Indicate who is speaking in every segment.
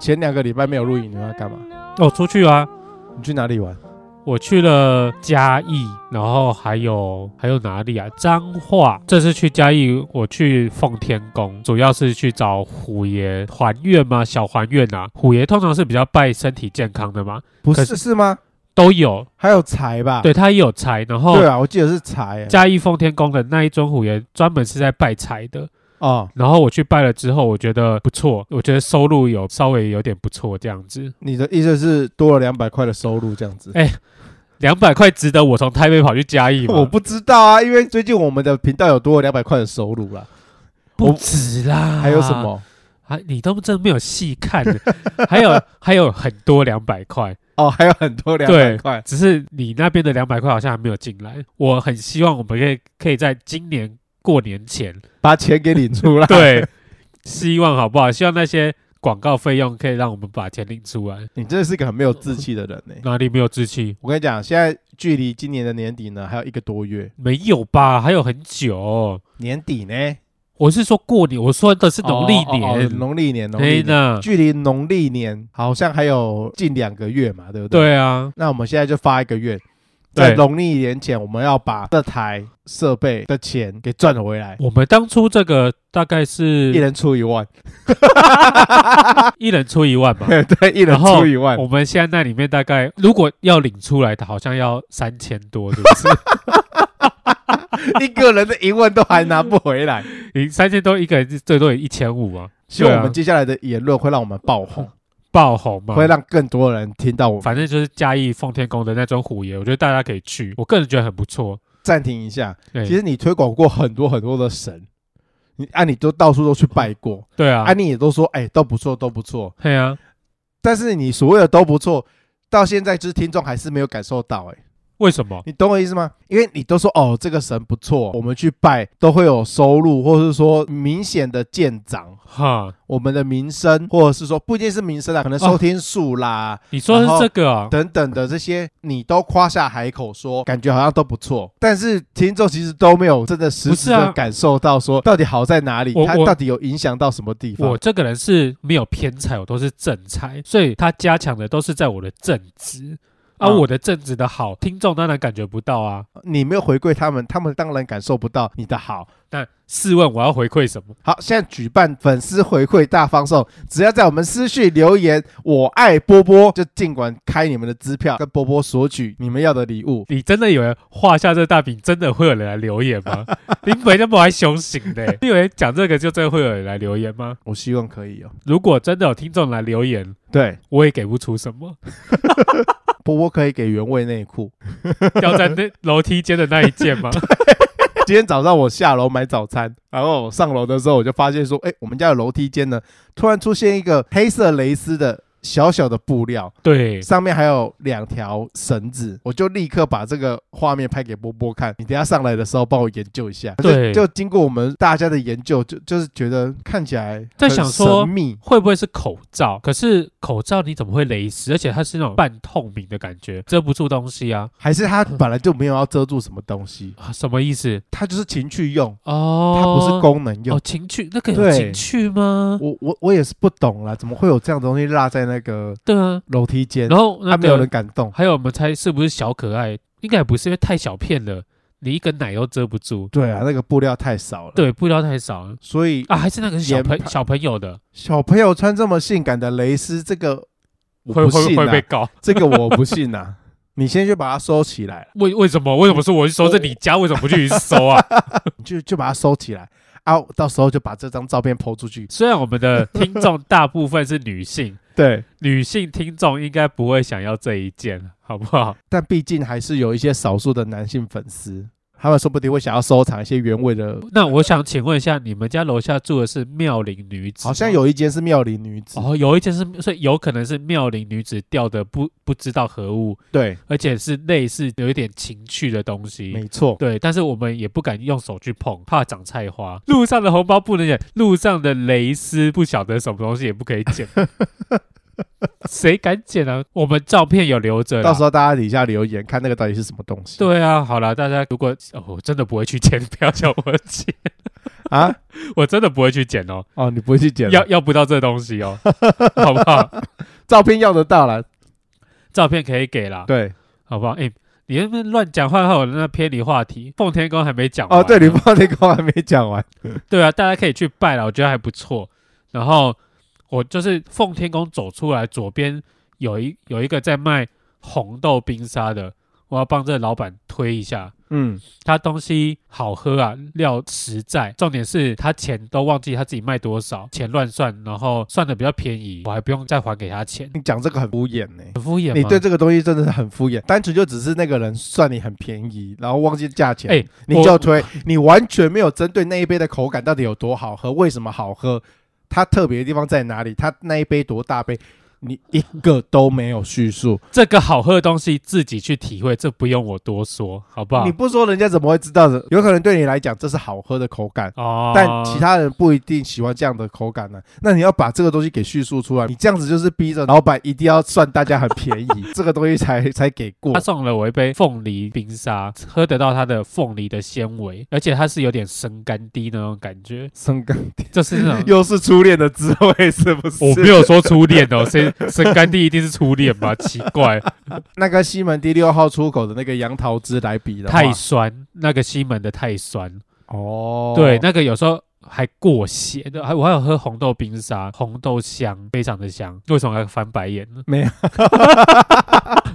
Speaker 1: 前两个礼拜没有录影，你要干嘛？
Speaker 2: 哦，出去啊！
Speaker 1: 你去哪里玩？
Speaker 2: 我去了嘉义，然后还有还有哪里啊？彰化。这次去嘉义，我去奉天宫，主要是去找虎爷还愿嘛，小还愿啊。虎爷通常是比较拜身体健康的嘛，
Speaker 1: 不
Speaker 2: 可
Speaker 1: 是是吗？
Speaker 2: 都有。
Speaker 1: 还有财吧？
Speaker 2: 对他也有财，然后
Speaker 1: 啊对啊，我记得是财欸
Speaker 2: 嘉义奉天宫的那一尊虎爷专门是在拜财的。
Speaker 1: 哦。
Speaker 2: 然后我去拜了之后，我觉得不错，我觉得收入有稍微有点不错这样子。
Speaker 1: 你的意思是多了两百块的收入这样子？
Speaker 2: 两百块值得我从台北跑去嘉义吗？
Speaker 1: 我不知道啊，因为最近我们的频道有多了两百块的收入啦。
Speaker 2: 不止啦，
Speaker 1: 还有什？么？
Speaker 2: 啊，你都真没有细看， 还有还有很多两百块，
Speaker 1: 哦，还有很多两百
Speaker 2: 对
Speaker 1: 块。
Speaker 2: 只是你那边的两百块好像还没有进来。我很希望我们可以可以在今年过 年前，
Speaker 1: 把钱给领 出来。
Speaker 2: 对，希望好不好？希望那些广告费用可以让我们把钱领出来。
Speaker 1: 你真的是一个很没有志气的人呢、
Speaker 2: 哪里没有志气？
Speaker 1: 我跟你讲，现在距离今年的年底呢，还有一个多月。
Speaker 2: 没有吧？还有很久、哦
Speaker 1: 年底呢
Speaker 2: 我是说过年，我说的
Speaker 1: 是
Speaker 2: 是农历
Speaker 1: 哦
Speaker 2: 年。哎
Speaker 1: 农历年，农
Speaker 2: 嘿
Speaker 1: 历年，
Speaker 2: 呢？
Speaker 1: 距离农历年好像还有近两个月嘛，对不对？对。
Speaker 2: 对啊，
Speaker 1: 那我们现在就发一个愿，
Speaker 2: 对
Speaker 1: 在农历年前，我们要把这台设备的钱给赚回来，
Speaker 2: 我们当初这个大概是
Speaker 1: 一人出一万，
Speaker 2: 一人出一万吧。
Speaker 1: 对，一人
Speaker 2: 然后
Speaker 1: 出一万。
Speaker 2: 我们现在那里面大概，如果要领出来的，好像要三千多，是不 是？
Speaker 1: 一个人的一万都还拿不回 来，
Speaker 2: 你三千多一个人最多也一千五啊，
Speaker 1: 希望
Speaker 2: 对啊
Speaker 1: 我们接下来的言论会让我们爆红，
Speaker 2: 爆红嘛。
Speaker 1: 会让更多人听到我们。
Speaker 2: 反正就是嘉义奉天宫的那种虎爷，我觉得大家可以去，我个人觉得很不错。哎
Speaker 1: 暂停一下，
Speaker 2: 对
Speaker 1: 其实你推广过很多很多的神，你啊，你都到处都去拜过，
Speaker 2: 对啊
Speaker 1: 啊，，你也都说哎都不错，都不错，
Speaker 2: 对啊，
Speaker 1: 但是你所谓的都不错，到现在就是听众还是没有感受到，哎，
Speaker 2: 为什么？
Speaker 1: 你懂我意思吗？因为你都说哦这个神不错，我们去拜都会有收入，或是说明显的见长。
Speaker 2: 哈，
Speaker 1: 我们的名声，或者是说不一定是名声啦，啊可能收听数啦、
Speaker 2: 你说是这个啊？
Speaker 1: 等等的这些，你都夸下海口说，感觉好像都不错，但是听众其实都没有真的实
Speaker 2: 不
Speaker 1: 质
Speaker 2: 是啊
Speaker 1: 的感受到说到底好在哪里，
Speaker 2: 我
Speaker 1: 它
Speaker 2: 我
Speaker 1: 到底有影响到什么地方
Speaker 2: 我。这个人是没有偏财，我都是正财，所以他加强的都是在我的正职。啊，
Speaker 1: 嗯
Speaker 2: 我的正职的好，听众当然感觉不到啊。
Speaker 1: 你没有回馈他们，他们当然感受不到你的好。
Speaker 2: 但试问我要回馈什么？
Speaker 1: 好，现在举办粉丝回馈大放送，只要在我们私讯留言“我爱波波”，就尽管开你们的支票，跟波波索取你们要的礼物。
Speaker 2: 你真的以为画下这大饼，真的会有人来留言 吗？你本来就不爱修行的、你以为讲这个就真的会有人来留言吗？
Speaker 1: 我希望可以哦。
Speaker 2: 如果真的有听众来留言，
Speaker 1: 对，
Speaker 2: 我也给不出什么。
Speaker 1: 波波可以给原味内裤。
Speaker 2: 要在那楼梯间的那一件吗？
Speaker 1: 今天早上我下楼买早餐，然后我上楼的时候，我就发现说，哎、我们家的楼梯间呢，突然出现一个黑色蕾丝的小小的布料，
Speaker 2: 对，
Speaker 1: 上面还有两条绳子，我就立刻把这个画面拍给波波看。你等一下上来的时候帮我研究一下。
Speaker 2: 对
Speaker 1: 就就经过我们大家的研究，就就是觉得看起来
Speaker 2: 在
Speaker 1: 很
Speaker 2: 想说
Speaker 1: 神秘，
Speaker 2: 会不会是口罩？可是口罩你怎么会蕾丝？而且它是那种半透明的感觉，遮不住东西啊！
Speaker 1: 还是它本来就没有要遮住什么东西，
Speaker 2: 啊什么意思？
Speaker 1: 它就是情趣用，它
Speaker 2: 哦，
Speaker 1: 不是功能用
Speaker 2: 哦，。情趣那个有
Speaker 1: 对
Speaker 2: 情趣吗？
Speaker 1: 我我我也是不懂啦，怎么会有这样的东西落在那个
Speaker 2: 对啊，
Speaker 1: 楼梯间？
Speaker 2: 然后
Speaker 1: 他
Speaker 2: 那
Speaker 1: 没有人
Speaker 2: 个
Speaker 1: 敢动。
Speaker 2: 还有我们猜是不是小可爱？应该也不是，因为太小片了，你一根奶都遮不住。
Speaker 1: 对啊，那个布料太少了。，
Speaker 2: 对，布料太少了
Speaker 1: 所以
Speaker 2: 啊，还是那个是小
Speaker 1: 盐
Speaker 2: 朋
Speaker 1: 派
Speaker 2: 小朋友的，
Speaker 1: 小朋友穿这么性感的蕾丝，这个我
Speaker 2: 会
Speaker 1: 不
Speaker 2: 会
Speaker 1: 信
Speaker 2: 会
Speaker 1: 啊
Speaker 2: 被，告。
Speaker 1: 这个我不信啊。 你先去把它收起来，
Speaker 2: 为为什么？为什么是我去收？
Speaker 1: 我
Speaker 2: 是你家为什么不去收 啊？
Speaker 1: 你就就把它收起来啊！到时候就把这张照片抛出去。
Speaker 2: 虽然我们的听众大部分是女性，
Speaker 1: 对，
Speaker 2: 女性听众应该不会想要这一件，好不好？
Speaker 1: 但毕竟还是有一些少数的男性粉丝，他们说不定会想要收藏一些原味的。
Speaker 2: 那我想请问一下，你们家楼下住的是妙龄女子吗？
Speaker 1: 好像有一间是妙龄女子，
Speaker 2: 哦，有一件是，所以有可能是妙龄女子掉的不不知道何物，
Speaker 1: 对，
Speaker 2: 而且是类似有一点情趣的东西。
Speaker 1: 没错。
Speaker 2: 对，但是我们也不敢用手去碰，怕长菜花。 路上的红包不能捡，路上的蕾丝不晓得什么东西也不可以 捡，谁敢捡啊？我们照片有留着啦，
Speaker 1: 到时候大家底下留言看那个到底是什么东西。，
Speaker 2: 对啊，好啦，大家如果、哦、我真的不会去捡，不要叫我捡。
Speaker 1: 啊？
Speaker 2: 我真的不会去捡哦，
Speaker 1: 哦，你不会去捡，
Speaker 2: 要要不到这东西哦， 好不好？
Speaker 1: 照片要得到了，
Speaker 2: 照片可以给啦，
Speaker 1: 对，
Speaker 2: 好不好？哎、你那边乱讲话，害我那偏离话题。奉天宫还没讲完
Speaker 1: 哦，对，
Speaker 2: 呢
Speaker 1: 你放那个还没讲完，
Speaker 2: 对啊，大家可以去拜了，我觉得还不错。然后我就是奉天宫走出来，左边有一有一个在卖红豆冰沙的，我要帮这个老板推一下。
Speaker 1: 嗯，
Speaker 2: 他东西好喝啊，料实在，重点是他钱都忘记他自己卖多少，钱乱算，然后算的比较便宜，我还不用再还给他钱，
Speaker 1: 你讲这个很敷衍呢、
Speaker 2: 很敷衍吗。
Speaker 1: 你对这个东西真的是很敷衍，单纯就只是那个人算你很便宜，然后忘记价钱，
Speaker 2: 哎
Speaker 1: 你
Speaker 2: 我
Speaker 1: 就推，你完全没有针对那一杯的口感到底有多好喝，为什么好喝，它特别的地方在哪里，它那一杯多大杯，你一个都没有叙述，
Speaker 2: 这个好喝的东西自己去体会，这不用我多说，好不好
Speaker 1: 你？不说人家怎么会知道的？有可能对你来讲这是好喝的口感。
Speaker 2: 哦，
Speaker 1: 但其他人不一定喜欢这样的口感呢、那你要把这个东西给叙述出来，你这样子就是逼着老板一定要算大家很便 宜，这个东西才才给过
Speaker 2: 他。送了我一杯凤梨冰沙，喝得到它的凤梨的纤维，而且它是有点生干滴那种感觉，
Speaker 1: 生干
Speaker 2: 就是那种。
Speaker 1: 又是初恋的滋味，是不是？
Speaker 2: 我没有说初恋哦，生生干地一定是初恋吧？奇怪，
Speaker 1: 那跟西门第六号出口的那个杨桃汁来比的话
Speaker 2: 太酸，那个西门的太酸，
Speaker 1: 哦，
Speaker 2: 对，那个有时候还过咸的，还我还有喝红豆冰沙，红豆香，非常的香。为什么要翻白眼呢？
Speaker 1: 没有，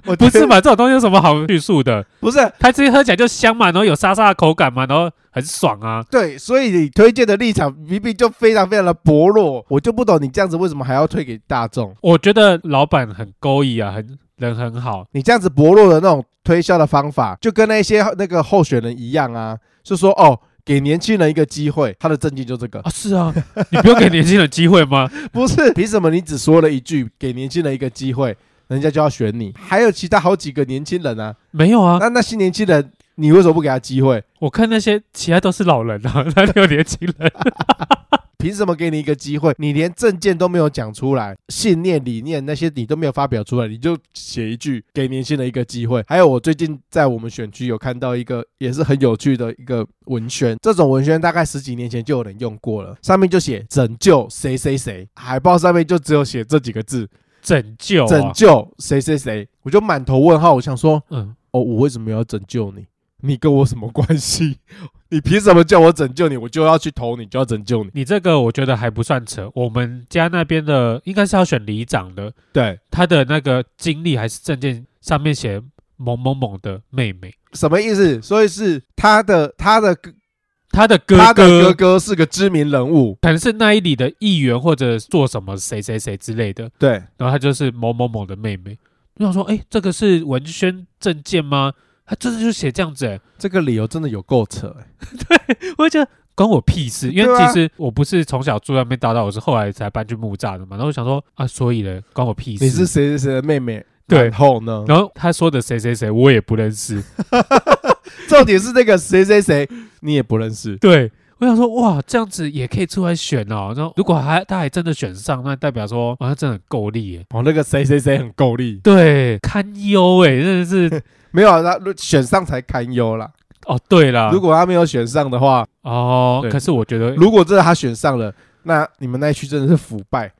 Speaker 1: 我觉
Speaker 2: 不
Speaker 1: 得
Speaker 2: 是嘛？这种东西有什么好叙述的？
Speaker 1: 不是
Speaker 2: 它直接喝起来就香嘛，然后有沙沙的口感嘛，然后很爽啊。
Speaker 1: 对，所以你推荐的立场明明就非常非常的薄弱，我就不懂你这样子为什么还要推给大众？
Speaker 2: 我觉得老板很勾引啊，很人很好。
Speaker 1: 你这样子薄弱的那种推销的方法，就跟那些那个候选人一样啊，是说哦。给年轻人一个机会，他的证件就这个，
Speaker 2: 啊，是啊，你不用给年轻人机会吗？
Speaker 1: 不是？凭什么你只说了一句“给年轻人一个机会”，人家就要选你？还有其他好几个年轻人啊，
Speaker 2: 没有啊，
Speaker 1: 那那些年轻人，你为什么不给他机会？
Speaker 2: 我看那些其他都是老人啊， 哪里有年轻人？
Speaker 1: 凭什么给你一个机会？你连证件都没有讲出来，信念、理念那些你都没有发表出来，你就写一句给年轻人一个机会。还有，我最近在我们选区有看到一个也是很有趣的一个文宣，这种文宣大概十几年前就有人用过了，上面就写拯救谁谁谁，海报上面就只有写这几个字，
Speaker 2: 拯救、啊，
Speaker 1: 拯，救谁谁谁，我就满头问号，我想说，
Speaker 2: 嗯，
Speaker 1: 哦，我为什么要拯救你？你跟我什么关系？ 你凭什么叫我拯救你？我就要去投你，就要拯救你。
Speaker 2: 你这个我觉得还不算扯。我们家那边的应该是要选里长的，
Speaker 1: 对，
Speaker 2: 他的那个经历还是证件上面写某某某的妹妹，
Speaker 1: 什么意思？所以是他的他的哥
Speaker 2: 他的哥
Speaker 1: 他的
Speaker 2: 哥
Speaker 1: 哥哥是个知名人物，
Speaker 2: 可能是那一里的议员或者做什么谁谁谁之类的，
Speaker 1: 对，
Speaker 2: 然后他就是某某某的妹妹。我想说，哎、这个是文宣证件吗？他真的就写这样子、欸，
Speaker 1: 这个理由真的有够扯、欸
Speaker 2: 我就觉得关我屁事，因
Speaker 1: 对
Speaker 2: 为
Speaker 1: 啊
Speaker 2: 其实我不是从小住在那边大到，我是后来才搬去木栅的嘛。然后我想说啊，所以呢，关我屁事。
Speaker 1: 你是谁谁谁的妹妹？
Speaker 2: 对
Speaker 1: 然后呢？
Speaker 2: 然后他说的谁谁谁，我也不认识。
Speaker 1: 重点是那个谁谁谁，你也不认识。
Speaker 2: 对，我想说哇，这样子也可以出来选哦。然后如果还他还真的选上，那代表说啊，他真的很够力耶。
Speaker 1: 哦，那个谁谁谁很够力，
Speaker 2: 对，堪忧哎，真 的是
Speaker 1: 没有啊，他选上才堪忧啦。
Speaker 2: 哦。对啦，
Speaker 1: 如果他没有选上的话，
Speaker 2: 哦
Speaker 1: 对，
Speaker 2: 可是我觉得
Speaker 1: 如果真的他选上了，那你们那一区真的是腐败，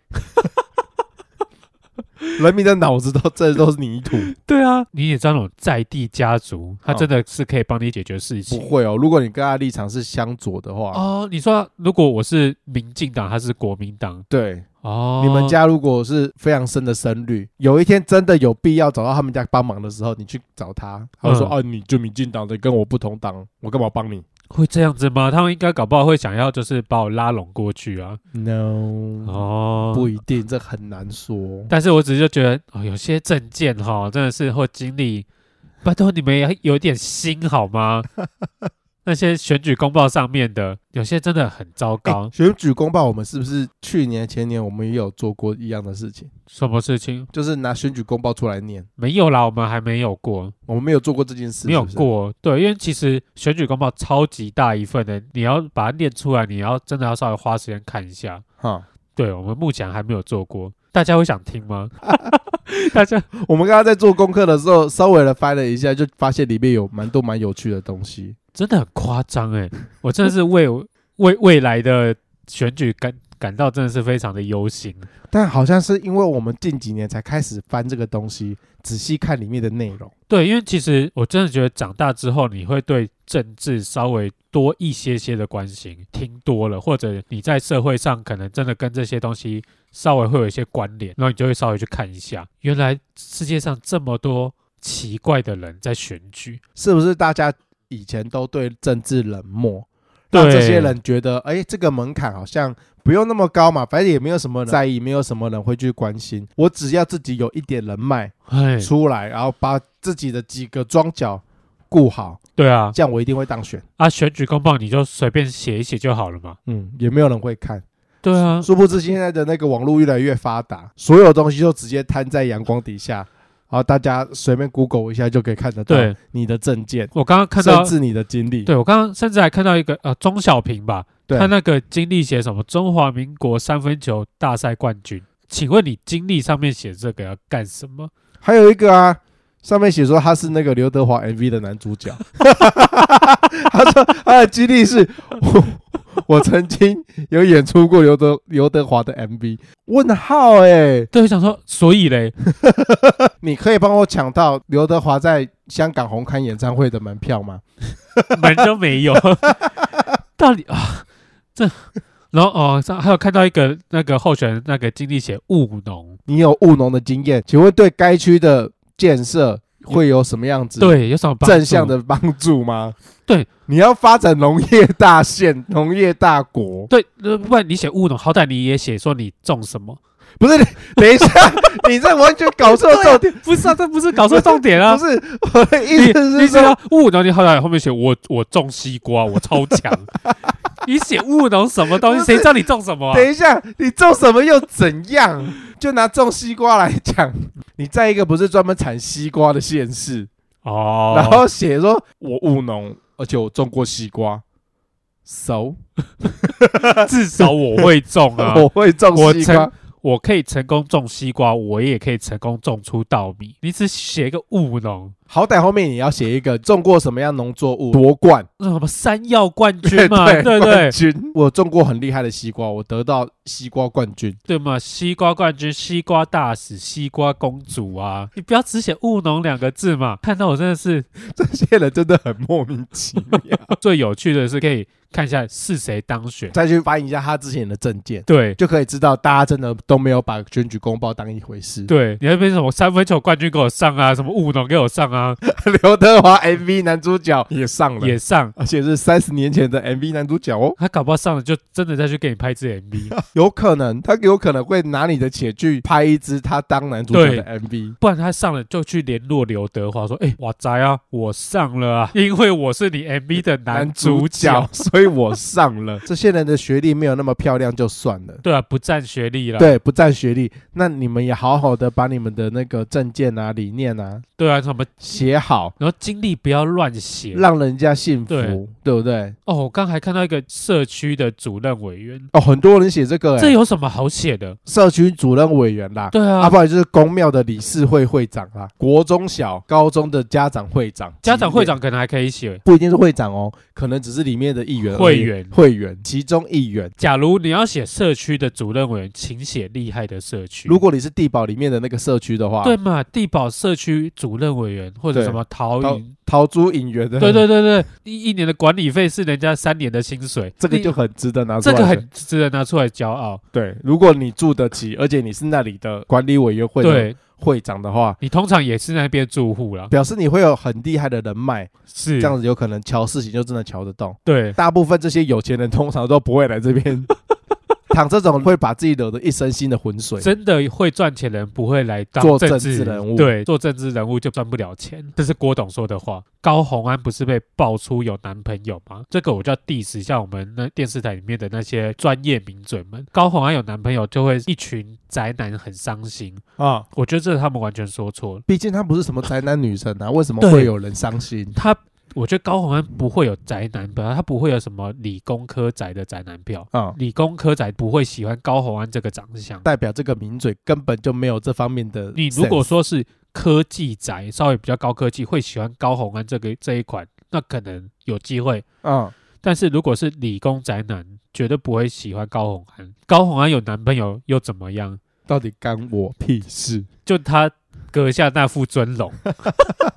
Speaker 1: 人民的脑子都这都是泥 土。
Speaker 2: 对啊，你也知道那种在地家族，他真的是可以帮你解决事
Speaker 1: 不
Speaker 2: 情。
Speaker 1: 会哦，啊如果你跟他立场是相左的话，
Speaker 2: 哦，你说如果我是民进党，他是国民党，
Speaker 1: 对，
Speaker 2: 哦，
Speaker 1: 你们家如果是非常深的深绿，有一天真的有必要找到他们家帮忙的时候，你去找他，他会说：“
Speaker 2: 嗯
Speaker 1: 哦、你就民进党的，跟我不同党，我干嘛帮你
Speaker 2: 会这样子吗？他们应该搞不好会想要就是把我拉拢过去啊。
Speaker 1: ？”No，、
Speaker 2: 哦，
Speaker 1: 嗯 不一定，这很难说。
Speaker 2: 但是我只是就觉得哦，有些证件哈，真的是或经历，拜托你们也有点心 好吗？那些选举公报上面的，有些真的很糟糕
Speaker 1: 诶。选举公报，我们是不是去年、前年我们也有做过一样的事情？
Speaker 2: 什么事情
Speaker 1: 就是拿选举公报出来念，
Speaker 2: 没有啦？我们还没有过。
Speaker 1: 我们没有做过这件事，
Speaker 2: 没有
Speaker 1: 是不是。
Speaker 2: 过，对，因为其实选举公报超级大一份的，你要把它念出来，你要真的要稍微花时间看一下。
Speaker 1: 哈，
Speaker 2: 对我们目前还没有做过，大家会想听吗？ 大家
Speaker 1: 我们刚刚在做功课的时候，稍微的翻了一下，就发现里面有蛮多蛮有趣的东西。
Speaker 2: 欸真的很夸张哎，我真的是为我未未来的选举感感到真的是非常的忧心。
Speaker 1: 但好像是因为我们近几年才开始翻这个东西，仔细看里面的内容。
Speaker 2: 对，因为其实我真的觉得长大之后，你会对政治稍微多一些些的关心，听多了，或者你在社会上可能真的跟这些东西稍微会有一些关联，然后你就会稍微去看一下，原来世界上这么多奇怪的人在选举，
Speaker 1: 是不是大家以前都对政治冷漠，让这些人觉得，哎，这个门槛好像不用那么高嘛，反正也没有什么人在意，没有什么人会去关心。我只要自己有一点人脉
Speaker 2: 哎，
Speaker 1: 出来，然后把自己的几个庄脚顾好，
Speaker 2: 对啊，
Speaker 1: 这样我一定会当选。
Speaker 2: 啊，选举公报你就随便写一写就好了嘛，
Speaker 1: 嗯，也没有人会看。
Speaker 2: 对啊，
Speaker 1: 殊不知现在的那个网络越来越发达，所有东西都直接摊在阳光底下，然后大家随便 Google 一下就可以看得到
Speaker 2: 对
Speaker 1: 你的证件，
Speaker 2: 我刚刚看
Speaker 1: 甚
Speaker 2: 到，
Speaker 1: 至你的经历。
Speaker 2: 对我刚刚甚至还看到一个呃钟小平吧，
Speaker 1: 对
Speaker 2: 他那个经历写什么中华民国三分球大赛冠军，请问你经历上面写这个要干什么？
Speaker 1: 还有一个啊，上面写说他是那个刘德华 MV 的男主角， 他说他的经历是 我我曾经有演出过刘德刘德华的 MV。问号哎、
Speaker 2: 对，我想说，所以嘞，
Speaker 1: 你可以帮我抢到刘德华在香港红磡演唱会的门票吗？
Speaker 2: 门都没有， 到底啊这。然后哦，上还有看到一个那个候选人，那个经历写务农，
Speaker 1: 你有务农的经验，请问对该区的建设会有什么样子
Speaker 2: 对，有什么帮助
Speaker 1: 正向？的帮助吗？
Speaker 2: 对，
Speaker 1: 你要发展农业大县、农业大国，
Speaker 2: 对，呃不然你写务农，好歹你也写说你种什么，
Speaker 1: 不是？等一下， 你这完全搞错重点，
Speaker 2: 不是啊，这不是搞错重点啊
Speaker 1: 不！是我的
Speaker 2: 你
Speaker 1: 意思是
Speaker 2: 你写
Speaker 1: 说，
Speaker 2: 到务农，你好歹后面写我我种西瓜，我超强。你写务农什么东西？
Speaker 1: 不是
Speaker 2: 谁知道你种什么、啊？
Speaker 1: 等一下，你种什么又怎样？就拿种西瓜来讲，你在一个不是专门产西瓜的县市，
Speaker 2: 哦，
Speaker 1: 然后写说我务农，而且我种过西瓜，so
Speaker 2: 至少我会种啊，
Speaker 1: 我会种
Speaker 2: 我
Speaker 1: 西瓜
Speaker 2: 曾。我可以成功种西瓜，我也可以成功种出稻米。你只写一个务农，
Speaker 1: 好歹后面也要写一个种过什么样农作物，夺冠，
Speaker 2: 那什么山药冠军嘛，
Speaker 1: 对
Speaker 2: 对不
Speaker 1: 冠
Speaker 2: 对
Speaker 1: 军。我种过很厉害的西瓜，我得到西瓜冠军。
Speaker 2: 对嘛，西瓜冠军、西瓜大使、西瓜公主啊，你不要只写务农两个字嘛。看到我真的是
Speaker 1: 这些人真的很莫名其 妙。
Speaker 2: 最有趣的是可以看一下是谁当选。
Speaker 1: 再去翻一下他之前的证件，
Speaker 2: 对
Speaker 1: 就可以知道大家真的都没有把选举公报当一回事。
Speaker 2: 对，你那边什么三分球冠军给我上啊，什么务农给我上啊，
Speaker 1: 刘德华 MV 男主角也上了，
Speaker 2: 也上。
Speaker 1: 而且是三十年前的 MV 男主角哦，
Speaker 2: 他搞不好上了就真的再去给你拍一支 MV，
Speaker 1: 有可能他有可能会拿你的钱去拍一支他当男主角的 MV。
Speaker 2: 不然他上了就去联络刘德华说：“哎、哇仔啊，我上了 啊，因为我是你 MV 的男主角。，
Speaker 1: 所以我上了。 这些人的学历没有那么漂亮就算了”，
Speaker 2: 对啊，不占学历啦。
Speaker 1: 对，不占学历，那你们也好好的把你们的那个证件啊、理念啊
Speaker 2: 对啊，什么
Speaker 1: 写好，
Speaker 2: 然后经历不要乱写。
Speaker 1: 让人家信服，
Speaker 2: 嗯对
Speaker 1: 对不对？
Speaker 2: 哦，我刚还看到一个社区的主任委员，
Speaker 1: 哦，很多人写这个、欸，
Speaker 2: 这有什么好写的？
Speaker 1: 社区主任委员啦，
Speaker 2: 对
Speaker 1: 啊，
Speaker 2: 啊
Speaker 1: 不，然就是公庙的理事会会长啦，国中小、高中的家长会长，
Speaker 2: 家长会长可能还可以写，
Speaker 1: 不一定是会长哦，可能只是里面的议员而已、
Speaker 2: 会员嗯
Speaker 1: 会员，其中议员。
Speaker 2: 假如你要写社区的主任委员，请写厉害的社区。
Speaker 1: 如果你是地堡里面的那个社区的话，
Speaker 2: 对，嘛，地保社区主任委员或者
Speaker 1: 对
Speaker 2: 什么桃
Speaker 1: 桃
Speaker 2: 园，
Speaker 1: 桃珠引援的，
Speaker 2: 对对，对对，一一年的管理费是人家三年的薪水，
Speaker 1: 这个
Speaker 2: 你
Speaker 1: 就很值得拿出
Speaker 2: 这
Speaker 1: 来。
Speaker 2: 个很值得拿出来骄傲。
Speaker 1: 对，如果你住得起，而且你是那里的管理委员会的
Speaker 2: 对
Speaker 1: 会长的话，
Speaker 2: 你通常也是那边住户啦，
Speaker 1: 表示你会有很厉害的人脉，
Speaker 2: 是
Speaker 1: 这样子有可能瞧事情就真的瞧得动。
Speaker 2: 对
Speaker 1: 大部分这些有钱人通常都不会来这 边躺这种会把自己惹得一身腥的浑水。
Speaker 2: 真的会赚钱人不会来当
Speaker 1: 做
Speaker 2: 政
Speaker 1: 政
Speaker 2: 治
Speaker 1: 治人物
Speaker 2: 对，做政治人物就赚不了钱，这是郭董说的话。高红安不是被爆出有男朋友吗？这个我就要 diss 一下我们那电视台里面的那些专业名嘴们。高红安有男朋友就会一群宅男很伤心，
Speaker 1: 啊，
Speaker 2: 我觉得这是他们完全说错了。
Speaker 1: 毕竟她不是什么宅男女神啊，为什么
Speaker 2: 对
Speaker 1: 会有人伤心？
Speaker 2: 他，我觉得高虹安不会有宅男票，他不会有什么理工科宅的宅男票。
Speaker 1: 啊，
Speaker 2: 理工科宅不会喜欢高虹安这个长相。
Speaker 1: 代表这个名嘴根本就没有这方面的 sense。
Speaker 2: 你如果说是科技宅，稍微比较高科技，会喜欢高虹安这个这一款，那可能有机会。
Speaker 1: 啊，
Speaker 2: 但是如果是理工宅男，绝对不会喜欢高红安。高红安有男朋友又怎么样？
Speaker 1: 到底干我屁事？
Speaker 2: 就他阁下那副尊容。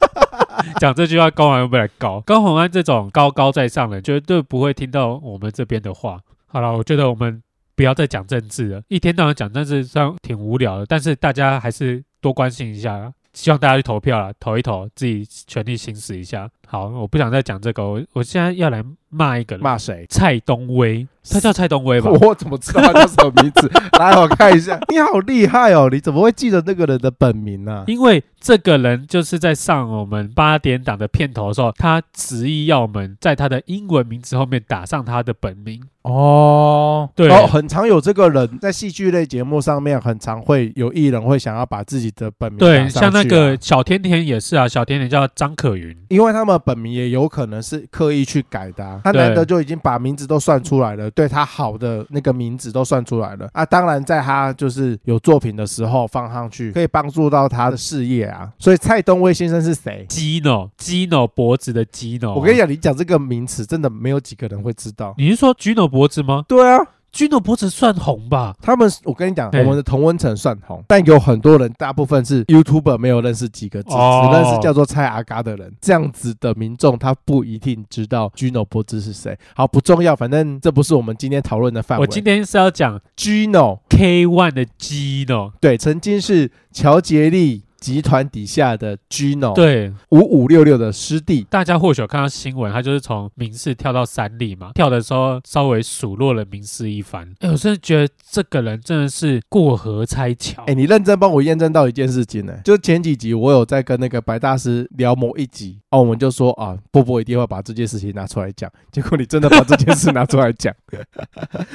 Speaker 2: 讲这句话，高宏安会不会来告？高宏安这种高高在上的人，绝对不会听到我们这边的话。好了，我觉得我们不要再讲政治了，一天到晚讲政治，虽然挺无聊的，但是大家还是多关心一下啦。希望大家去投票啦，投一投，自己全力行使一下。好，我不想再讲这个，我我现在要来骂一个人，
Speaker 1: 骂谁？
Speaker 2: 蔡东威，他叫蔡东威吧？
Speaker 1: 我怎么知道他叫什么名字？ 来，我看一下。你好厉害哦！你怎么会记得那个人的本名啊呢、
Speaker 2: 因为这个人就是在上我们八点档的片头的时候，他执意要我们在他的英文名字后面打上他的本名。
Speaker 1: 哦，
Speaker 2: 对
Speaker 1: 哦，很常有这个人在戏剧类节目上面，很常会有艺人会想要把自己的本名打
Speaker 2: 对，
Speaker 1: 上
Speaker 2: 像那
Speaker 1: 去
Speaker 2: 个
Speaker 1: 啊，
Speaker 2: 小甜甜也是啊，小甜甜叫张可云。
Speaker 1: 因为他们本名也有可能是刻意去改的、啊，他难
Speaker 2: 对
Speaker 1: 得就已经把名字都算出来了，对他好的那个名字都算出来了啊。当然，在他就是有作品的时候放上去，可以帮助到他的事业啊。所以蔡东威先生是谁？
Speaker 2: Gino Gino 脖子的 Gino，
Speaker 1: 我跟你
Speaker 2: 讲，
Speaker 1: 讲，你讲这个名词，真的没有几个人会知道。
Speaker 2: 哦你是说 Gino 脖子吗
Speaker 1: 对啊，
Speaker 2: ？Gino 脖子算红吧？
Speaker 1: 他们，我跟你讲，
Speaker 2: 对
Speaker 1: 我们的同温层算红，但有很多人，大部分是 YouTuber 没有认识几个字，
Speaker 2: 哦
Speaker 1: 只认识叫做蔡阿嘎的人。这样子的民众，他不一定知道 Gino 波兹是谁。好，不重要，反正这不是我们今天讨论的范围。
Speaker 2: 我今天是要讲
Speaker 1: Gino
Speaker 2: K One 的 Gino，、
Speaker 1: 对，曾经是乔杰利集团底下的 Gino，
Speaker 2: 对，
Speaker 1: 五五六六的师弟。
Speaker 2: 大家或许有看到新闻，他就是从民事跳到三立嘛，跳的时候稍微数落了民事一番。哎，我真的觉得这个人真的是过河拆桥。
Speaker 1: 哎、你认真帮我验证到一件事情呢、就前几集我有在跟那个白大师聊某一集，哦，我们就说啊，波波一定会把这件事情拿出来讲，结果你真的把这件事拿出来讲，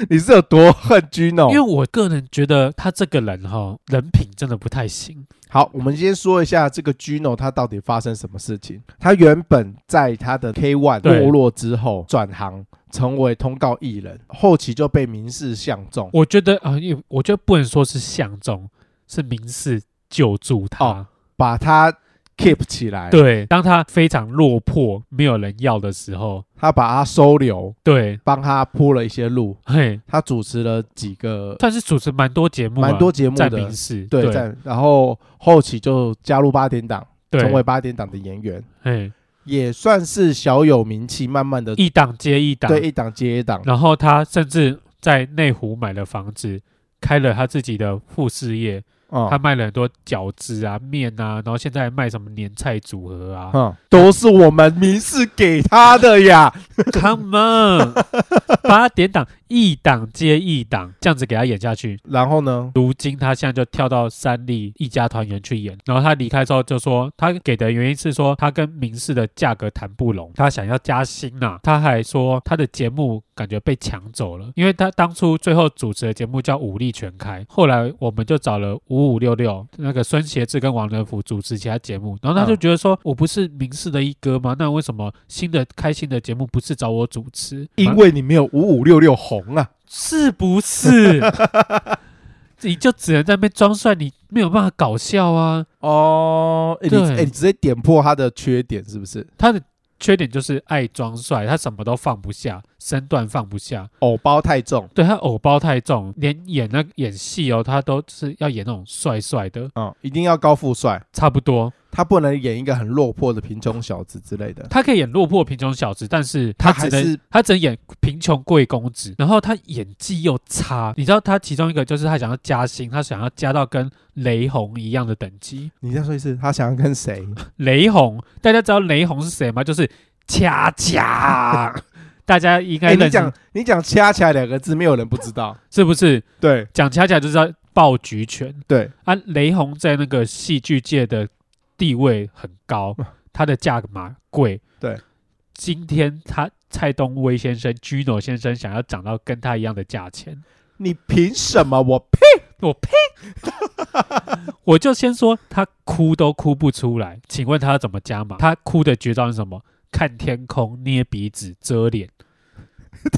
Speaker 1: 你是有多恨 Gino？
Speaker 2: 因为我个人觉得他这个人哈、人品真的不太行。
Speaker 1: 好，我们先说一下这个 Gino 他到底发生什么事情。他原本在他的 K One
Speaker 2: 对
Speaker 1: 没落之后转行成为通告艺人，后期就被民事相中。
Speaker 2: 我觉得啊、也我觉得不能说是相中，是民事救助他。
Speaker 1: 哦哎把他 keep 起来，
Speaker 2: 对，当他非常落魄、没有人要的时候，
Speaker 1: 他把他收留，
Speaker 2: 对，
Speaker 1: 帮他铺了一些路。
Speaker 2: 嘿，
Speaker 1: 他主持了几个
Speaker 2: 算是主持蛮多节目啊，
Speaker 1: 蛮多节目
Speaker 2: 在
Speaker 1: 的
Speaker 2: 民，事，
Speaker 1: 对，
Speaker 2: 对
Speaker 1: 在然后后期就加入八点档，
Speaker 2: 对
Speaker 1: 成为八点档的演员，
Speaker 2: 嘿，
Speaker 1: 也算是小有名气，慢慢的
Speaker 2: 一档接一档，
Speaker 1: 对一档接一档。
Speaker 2: 然后他甚至在内湖买了房子，开了他自己的副事业，
Speaker 1: 嗯
Speaker 2: 他卖了很多饺子啊、面啊，然后现在还卖什么年菜组 合啊。
Speaker 1: 嗯，都是我们民事给他的呀。
Speaker 2: Come on，八点档一档接一档，这样子给他演下去。
Speaker 1: 然后呢，
Speaker 2: 如今他现在就跳到三立一家团圆去演，然后他离开之后就说，他给的原因是说他跟民视的价格谈不拢，他想要加薪呐、他还说他的节目感觉被抢走了，因为他当初最后主持的节目叫《武力全开》，后来我们就找了五五六六那个孙协志跟王仁甫主持其他节目，然后他就
Speaker 1: 嗯
Speaker 2: 觉得说、我不是民视的一哥吗？那为什么新的开新的节目不是找我主持？
Speaker 1: 因为你没有五五六六红啊，
Speaker 2: 是不是？你就只能在那边装帅，你没有办法搞笑啊。
Speaker 1: 哦，诶你
Speaker 2: 对
Speaker 1: 诶你直接点破他的缺点是不是？
Speaker 2: 他的缺点就是爱装帅，他什么都放不下，身段放不下。
Speaker 1: 偶包太重，
Speaker 2: 对他偶包太重，连演那演戏哦，他都是要演那种帅帅的，
Speaker 1: 嗯，一定要高富帅，
Speaker 2: 差不多。
Speaker 1: 他不能演一个很落魄的贫穷小子之类的。
Speaker 2: 他可以演落魄贫穷小子，但是
Speaker 1: 他
Speaker 2: 只
Speaker 1: 还
Speaker 2: 能
Speaker 1: 是
Speaker 2: 他只能演贫穷贵公子，然后他演技又差。你知道他其中一个就是他想要加薪，他想要加到跟雷洪一样的等级。
Speaker 1: 你再说一次，他想要跟谁？
Speaker 2: 雷洪，大家知道雷洪是谁吗？就是 恰恰，大家应
Speaker 1: 哎、
Speaker 2: 该
Speaker 1: 你
Speaker 2: 认识，
Speaker 1: 讲你讲“掐起来”两个字，没有人不知 道。
Speaker 2: 是不是？
Speaker 1: 对
Speaker 2: 讲恰恰就知道爆菊拳
Speaker 1: 对，
Speaker 2: 啊！雷洪在那个戏剧界的地位很高，他的价码贵。
Speaker 1: 对，
Speaker 2: 今天他蔡东威先生、Gino 先生想要涨到跟他一样的价钱，
Speaker 1: 你凭什么？我 呸！
Speaker 2: 我呸！ 我就先说他哭都哭不出来，请问他要怎么加码？他哭的绝招是什么？看天空，捏鼻子，遮脸。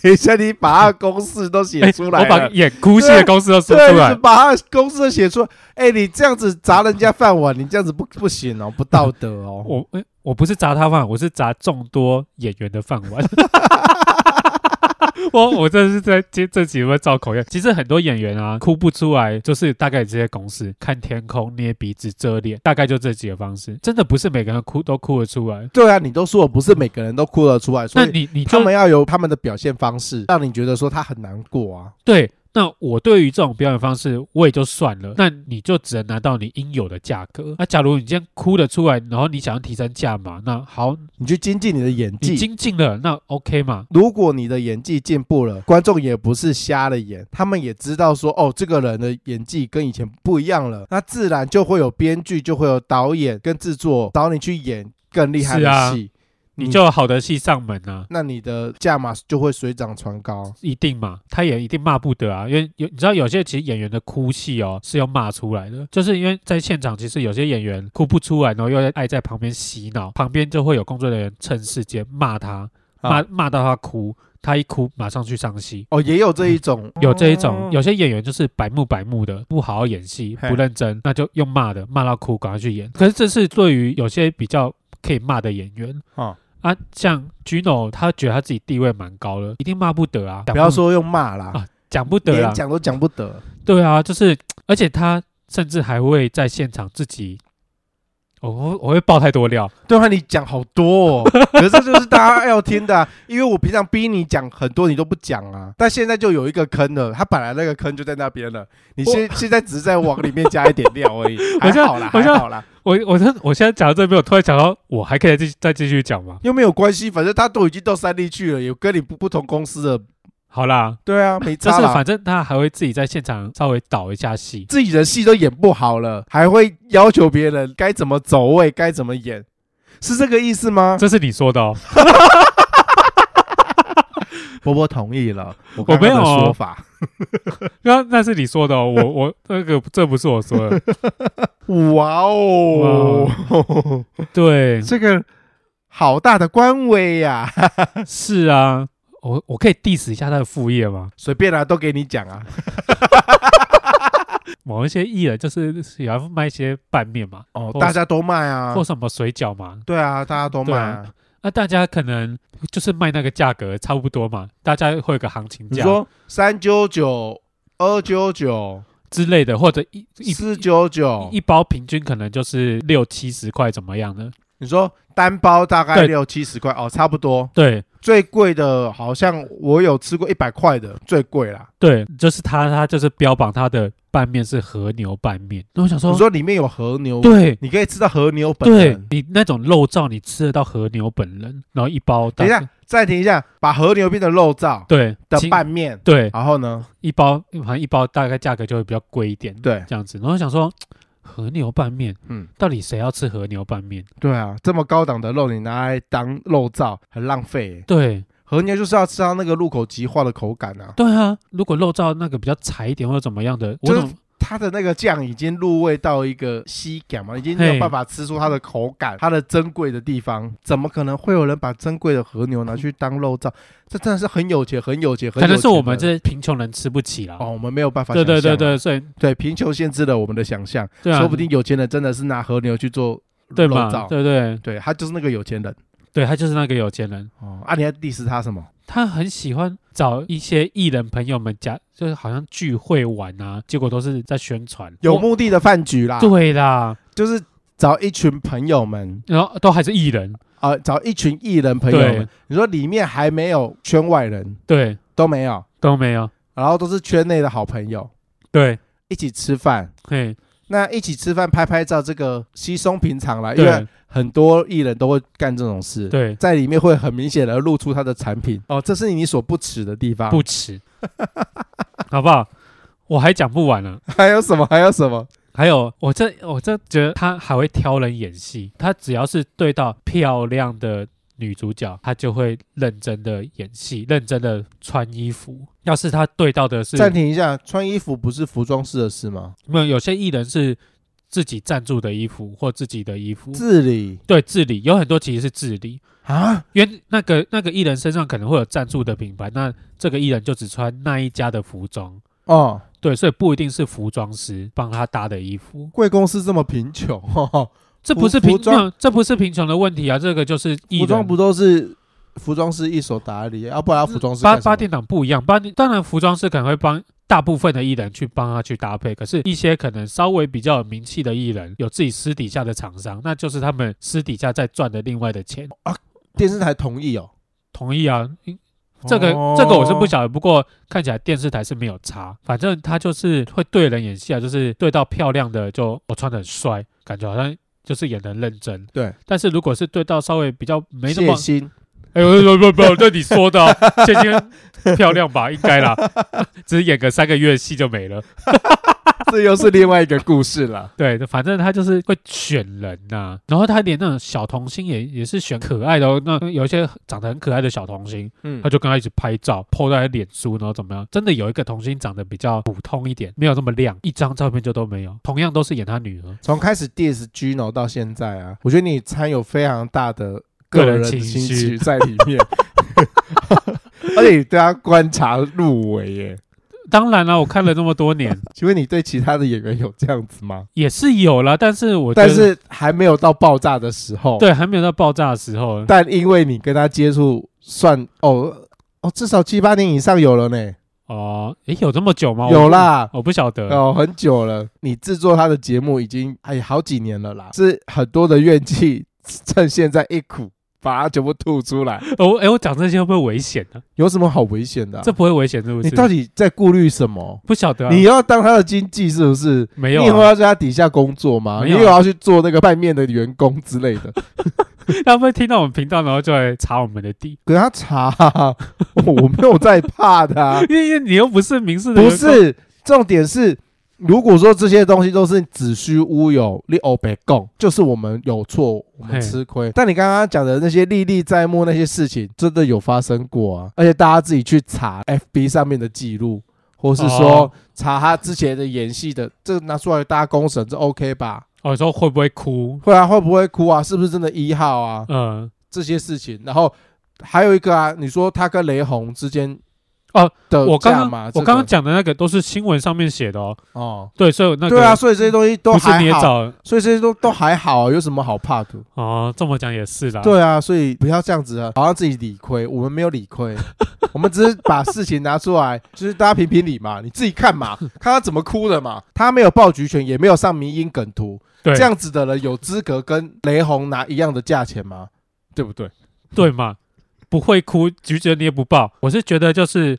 Speaker 1: 等一下，你把他的公式都写出来
Speaker 2: 哎我把
Speaker 1: 了。
Speaker 2: 演哭戏的公式都说
Speaker 1: 对，
Speaker 2: 出
Speaker 1: 你
Speaker 2: 来
Speaker 1: 是。把他的公式都写出来。哎、你这样子砸人家饭碗，你这样子不不行哦，不道德哦。
Speaker 2: 我诶我不是砸他饭碗，我是砸众多演员的饭碗。我我这是在这这几位造口业。其实很多演员啊，哭不出来，就是大概有这些公式：看天空、捏鼻子、遮脸，大概就这几个方式。真的不是每个人哭都哭得出来。
Speaker 1: 对啊，你都说我不是每个人都哭得出来，所
Speaker 2: 那
Speaker 1: 以
Speaker 2: 你你就
Speaker 1: 他们要有他们的表现方式，让你觉得说他很难过啊。
Speaker 2: 对。那我对于这种表演方式，我也就算了。那你就只能拿到你应有的价格。那假如你今天哭得出来，然后你想要提升价码，那好，
Speaker 1: 你去精进你的演
Speaker 2: 你
Speaker 1: 技。
Speaker 2: 精进了，那 OK 嘛？
Speaker 1: 如果你的演技进步了，观众也不是瞎了眼，他们也知道说，哦，这个人的演技跟以前不一样了，那自然就会有编剧，就会有导演跟制作找你去演更厉害
Speaker 2: 是啊
Speaker 1: 的戏，嗯
Speaker 2: 你就有好的戏上门啊。
Speaker 1: 那你的价码就会水涨船高。
Speaker 2: 一定嘛，他也一定骂不得啊，因为有你知道有些其实演员的哭戏哦是要骂出来的，就是因为在现场其实有些演员哭不出来，然后又在爱在旁边洗脑，旁边就会有工作人员趁势间骂他，骂
Speaker 1: 啊
Speaker 2: 骂到他哭，他一哭马上去上戏。
Speaker 1: 哦，也有这一种，
Speaker 2: 嗯有这一种，有些演员就是白目白目的，不好好演戏，
Speaker 1: 哦嘿
Speaker 2: 不认真，那就用骂的，骂到哭，赶快去演。可是这是对于有些比较可以骂的演员
Speaker 1: 哦
Speaker 2: 啊，像 Gino，他觉得他自己地位蛮高了，一定骂不得啊，
Speaker 1: 不要说用骂啦，
Speaker 2: 啊讲不得
Speaker 1: 连
Speaker 2: 啊，
Speaker 1: 讲都讲不得。
Speaker 2: 对啊，就是，而且他甚至还会在现场自己，我我我会爆太多料，
Speaker 1: 对啊，你讲好多哦，可是这就是大家要听的、啊，因为我平常逼你讲很多，你都不讲啊。但现在就有一个坑了，他本来那个坑就在那边了，你现现在只是在往里面加一点料而已，还
Speaker 2: 像
Speaker 1: 好啦，
Speaker 2: 我
Speaker 1: 还
Speaker 2: 像
Speaker 1: 好啦，
Speaker 2: 我我真我现在讲到这边，我突然想到，我还可以再继再继续讲吗？
Speaker 1: 又没有关系，反正他都已经到三立去了，有跟你不不同公司的，
Speaker 2: 好啦，
Speaker 1: 对 啊，没
Speaker 2: 就
Speaker 1: 差
Speaker 2: 是
Speaker 1: 啦
Speaker 2: 反。正他还会自己在现场稍微导一下戏，
Speaker 1: 自己的戏都演不好了，还会要求别人该怎么走位，该怎么演，是这个意思吗？
Speaker 2: 这是你说的哦，
Speaker 1: 波波同意了，我
Speaker 2: 我
Speaker 1: 刚
Speaker 2: 没
Speaker 1: 刚
Speaker 2: 有
Speaker 1: 的
Speaker 2: 哦
Speaker 1: 说法，
Speaker 2: 那那是你说的哦，我我那个这不是我 说的，
Speaker 1: 哇哦！
Speaker 2: 对，
Speaker 1: 这个好大的官威呀、
Speaker 2: 是啊，我我可以 diss 一下他的副业吗？
Speaker 1: 随便啦、都给你讲啊。
Speaker 2: 某一些艺人就是喜欢卖一些拌面嘛，
Speaker 1: 哦
Speaker 2: 或
Speaker 1: 大家都卖啊
Speaker 2: 或，什么水饺嘛，
Speaker 1: 对啊，大家都卖、
Speaker 2: 对那大家可能就是卖那个价格差不多嘛，大家会有个行情
Speaker 1: 你
Speaker 2: 价
Speaker 1: 说三九九、二九九、
Speaker 2: 之类的，或者一一
Speaker 1: 四九九
Speaker 2: 一，包平均可能就是六七十块怎么样的？
Speaker 1: 你说单包大概
Speaker 2: 对
Speaker 1: 六七十块哦，差不多。
Speaker 2: 对
Speaker 1: 最贵的好像我有吃过一百块的，最贵啦。
Speaker 2: 对，就是他他就是标榜他的拌面是和牛拌面。那我想说
Speaker 1: 你，说里面有和牛，
Speaker 2: 哦对
Speaker 1: 你可以吃到和牛本
Speaker 2: 对
Speaker 1: 人。，
Speaker 2: 你那种肉燥你吃得到和牛本人，然后一包大
Speaker 1: 等一下，暂停一下，把和牛变成肉燥
Speaker 2: 对
Speaker 1: 的
Speaker 2: 其
Speaker 1: 拌面，
Speaker 2: 对
Speaker 1: 然后呢？
Speaker 2: 一包好像一包大概价格就会比较贵一点，
Speaker 1: 对，
Speaker 2: 这样子。然后我想说。和牛拌面，
Speaker 1: 嗯，
Speaker 2: 到底谁要吃和牛拌面？
Speaker 1: 对啊，这么高档的肉你拿来当肉燥，很浪费耶。
Speaker 2: 对，
Speaker 1: 和牛就是要吃到那个入口即化的口感啊，
Speaker 2: 对啊，如果肉燥那个比较柴一点或者怎么样的，
Speaker 1: 就
Speaker 2: 我
Speaker 1: 是
Speaker 2: 总
Speaker 1: 它的那个酱已经入味到一个吸感嘛，已经没有
Speaker 2: 嘿
Speaker 1: 办法吃出它的口感，它的珍贵的地方，怎么可能会有人把珍贵的和牛拿去当肉燥？这真的是很有钱，很有钱，很有
Speaker 2: 可
Speaker 1: 钱的
Speaker 2: 能是我们这些贫穷人吃不起啦。
Speaker 1: 哦，我们没有办法
Speaker 2: 对
Speaker 1: 想象啊、
Speaker 2: 对对对，所以
Speaker 1: 对，贫穷限制了我们的想象，
Speaker 2: 对啊，
Speaker 1: 说不定有钱人真的是拿和牛去做
Speaker 2: 对
Speaker 1: 肉
Speaker 2: 嘛，
Speaker 1: 燥，
Speaker 2: 对对
Speaker 1: 对他就是那个有钱人
Speaker 2: 对，他就是那个有钱人，
Speaker 1: 哦，啊，你还 diss 他什么？
Speaker 2: 他很喜欢找一些艺人朋友们家，就是好像聚会玩啊，结果都是在宣传，
Speaker 1: 有
Speaker 2: 我
Speaker 1: 目的的饭局啦，
Speaker 2: 对啦，
Speaker 1: 就是找一群朋友们
Speaker 2: 然后都还是艺人，
Speaker 1: 啊、呃找一群艺人朋友
Speaker 2: 对
Speaker 1: 们。你说里面还没有圈外人
Speaker 2: 对，
Speaker 1: 都没有，
Speaker 2: 都没有，
Speaker 1: 然后都是圈内的好朋友
Speaker 2: 对，
Speaker 1: 一起吃饭。
Speaker 2: 嘿，
Speaker 1: 那一起吃饭拍拍照，这个稀松平常啦，因为
Speaker 2: 对
Speaker 1: 很多艺人都会干这种事，
Speaker 2: 对，
Speaker 1: 在里面会很明显的露出他的产品哦，这是你所不耻的地方。
Speaker 2: 不迟， 好不好？我还讲不完呢、
Speaker 1: 还有什么？还有什么？
Speaker 2: 还有，我这我这觉得他还会挑人演戏，他只要是对到漂亮的女主角，他就会认真的演戏，认真的穿衣服。要是他对到的是，
Speaker 1: 暂停一下，穿衣服不是服装师的事吗？
Speaker 2: 没有有些艺人是自己赞助的衣服或自己的衣服，
Speaker 1: 自理
Speaker 2: 对自理有很多其实是自理，
Speaker 1: 啊，
Speaker 2: 因为那个那个艺人身上可能会有赞助的品牌，那这个艺人就只穿那一家的服装，
Speaker 1: 哦，
Speaker 2: 对，所以不一定是服装师帮他搭的衣服。
Speaker 1: 贵公司这么贫穷， 呵呵
Speaker 2: 这不
Speaker 1: 服
Speaker 2: 是
Speaker 1: 服
Speaker 2: 贫
Speaker 1: 装
Speaker 2: 没有这不是贫穷的问题啊，这个就是艺
Speaker 1: 服装
Speaker 2: 人
Speaker 1: 不都是服装师一手打理，啊要、不然他服装师
Speaker 2: 八
Speaker 1: 干什
Speaker 2: 八
Speaker 1: 么
Speaker 2: 点档不一样，八点当然服装师可能会帮大部分的艺人去帮他去搭配，可是一些可能稍微比较有名气的艺人，有自己私底下的厂商，那就是他们私底下在赚的另外的钱。
Speaker 1: 电视台同意哦。哦
Speaker 2: 同意啊，嗯这个、这个我是不晓得，不过看起来电视台是没有差，反正他就是会对人演戏啊，就是对到漂亮的就我穿的很帅，感觉好像。就是演的认真，
Speaker 1: 对。
Speaker 2: 但是如果是对到稍微比较没那
Speaker 1: 谢
Speaker 2: 么，
Speaker 1: 欣
Speaker 2: 哎呦，不不不，这你说的、哦，谢欣漂亮吧，应该啦，只是演个三个月戏就没了。
Speaker 1: 这又是另外一个故事 了。
Speaker 2: 对，反正他就是会选人呐、然后他连那种小童星也也是选可爱的、哦，那有一些长得很可爱的小童星，
Speaker 1: 嗯
Speaker 2: 他，就跟他一起拍照，po 在脸书，然后怎么样？真的有一个童星长得比较普通一点，没有那么亮，一张照片就都没有。同样都是演他女儿，
Speaker 1: 从开始 diss Gino 到现在啊，我觉得你掺有非常大的个人的情
Speaker 2: 个人情
Speaker 1: 绪在里面， 而且你对他观察入微 耶。
Speaker 2: 当然了，我看了那么 多年
Speaker 1: 请问你对其他的演员有这样子吗？
Speaker 2: 也是有啦，但是我觉
Speaker 1: 但
Speaker 2: 得
Speaker 1: 是还没有到爆炸的时候。，
Speaker 2: 对还没有到爆炸的时候，
Speaker 1: 但因为你跟他接触算哦哦，至少七八年以上有了呢，
Speaker 2: 哦，诶，有这么久吗？我
Speaker 1: 有，啦。
Speaker 2: 我不晓得。
Speaker 1: 哦，很久了。你制作他的节目已经哎好几年了啦，是很多的怨气，趁现在一苦把它全部吐出 来，
Speaker 2: 哦，哎，我讲这些会不会危险呢、
Speaker 1: 有什么好危险的啊、
Speaker 2: 这不会危险是不是？
Speaker 1: 你到底在顾虑什么？
Speaker 2: 不晓得、啊？
Speaker 1: 你要当他的经纪是不是？
Speaker 2: 没
Speaker 1: 你
Speaker 2: 有
Speaker 1: 以后
Speaker 2: 啊、
Speaker 1: 要在他底下工作吗？
Speaker 2: 没
Speaker 1: 你
Speaker 2: 有啊
Speaker 1: 以后要去做那个拌面的员工之类 的？
Speaker 2: 他们听到我们频道，然后就来查我们的地，
Speaker 1: 给他查、啊，我没有在怕的啊、
Speaker 2: 因为你又不是民事的，
Speaker 1: 不，是，重点是，如果说这些东西都是子虚乌有、立欧北共，就是我们有错，我们
Speaker 2: 嘿
Speaker 1: 吃亏。但你刚刚讲的那些历历在目那些事情，真的有发生过啊！而且大家自己去查 FB 上面的记录，或是说
Speaker 2: 哦
Speaker 1: 查他之前的演戏的，这拿出来大家公审，这 OK 吧？
Speaker 2: 哦，说会不会哭？
Speaker 1: 会啊，会不会哭啊？是不是真的一号啊？
Speaker 2: 嗯，
Speaker 1: 这些事情，然后还有一个啊，你说他跟雷洪之间。
Speaker 2: 哦，
Speaker 1: 的
Speaker 2: 我
Speaker 1: 呃价
Speaker 2: 刚
Speaker 1: 嘛
Speaker 2: 刚
Speaker 1: 这
Speaker 2: 我
Speaker 1: 个
Speaker 2: 刚刚讲的那个都是新闻上面写的哦，
Speaker 1: 哦，
Speaker 2: 对，所以我那个
Speaker 1: 对啊，所以这些东西都
Speaker 2: 不是
Speaker 1: 还
Speaker 2: 你也
Speaker 1: 好，
Speaker 2: 找
Speaker 1: 所以这些都都还好、啊，有什么好怕的？
Speaker 2: 哦，这么讲也是啦，，
Speaker 1: 对啊，所以不要这样子啊，好像自己理亏，我们没有理 亏，我们只是把事情拿出来， 就是大家评评理嘛，你自己看 嘛，看他怎么哭的嘛，他没有爆菊拳，也没有上迷因梗图，
Speaker 2: 对
Speaker 1: 这样子的人有资格跟雷洪拿一样的价钱吗？对不对？
Speaker 2: 对嘛，不会哭，菊姐你也不抱，我是觉得就是，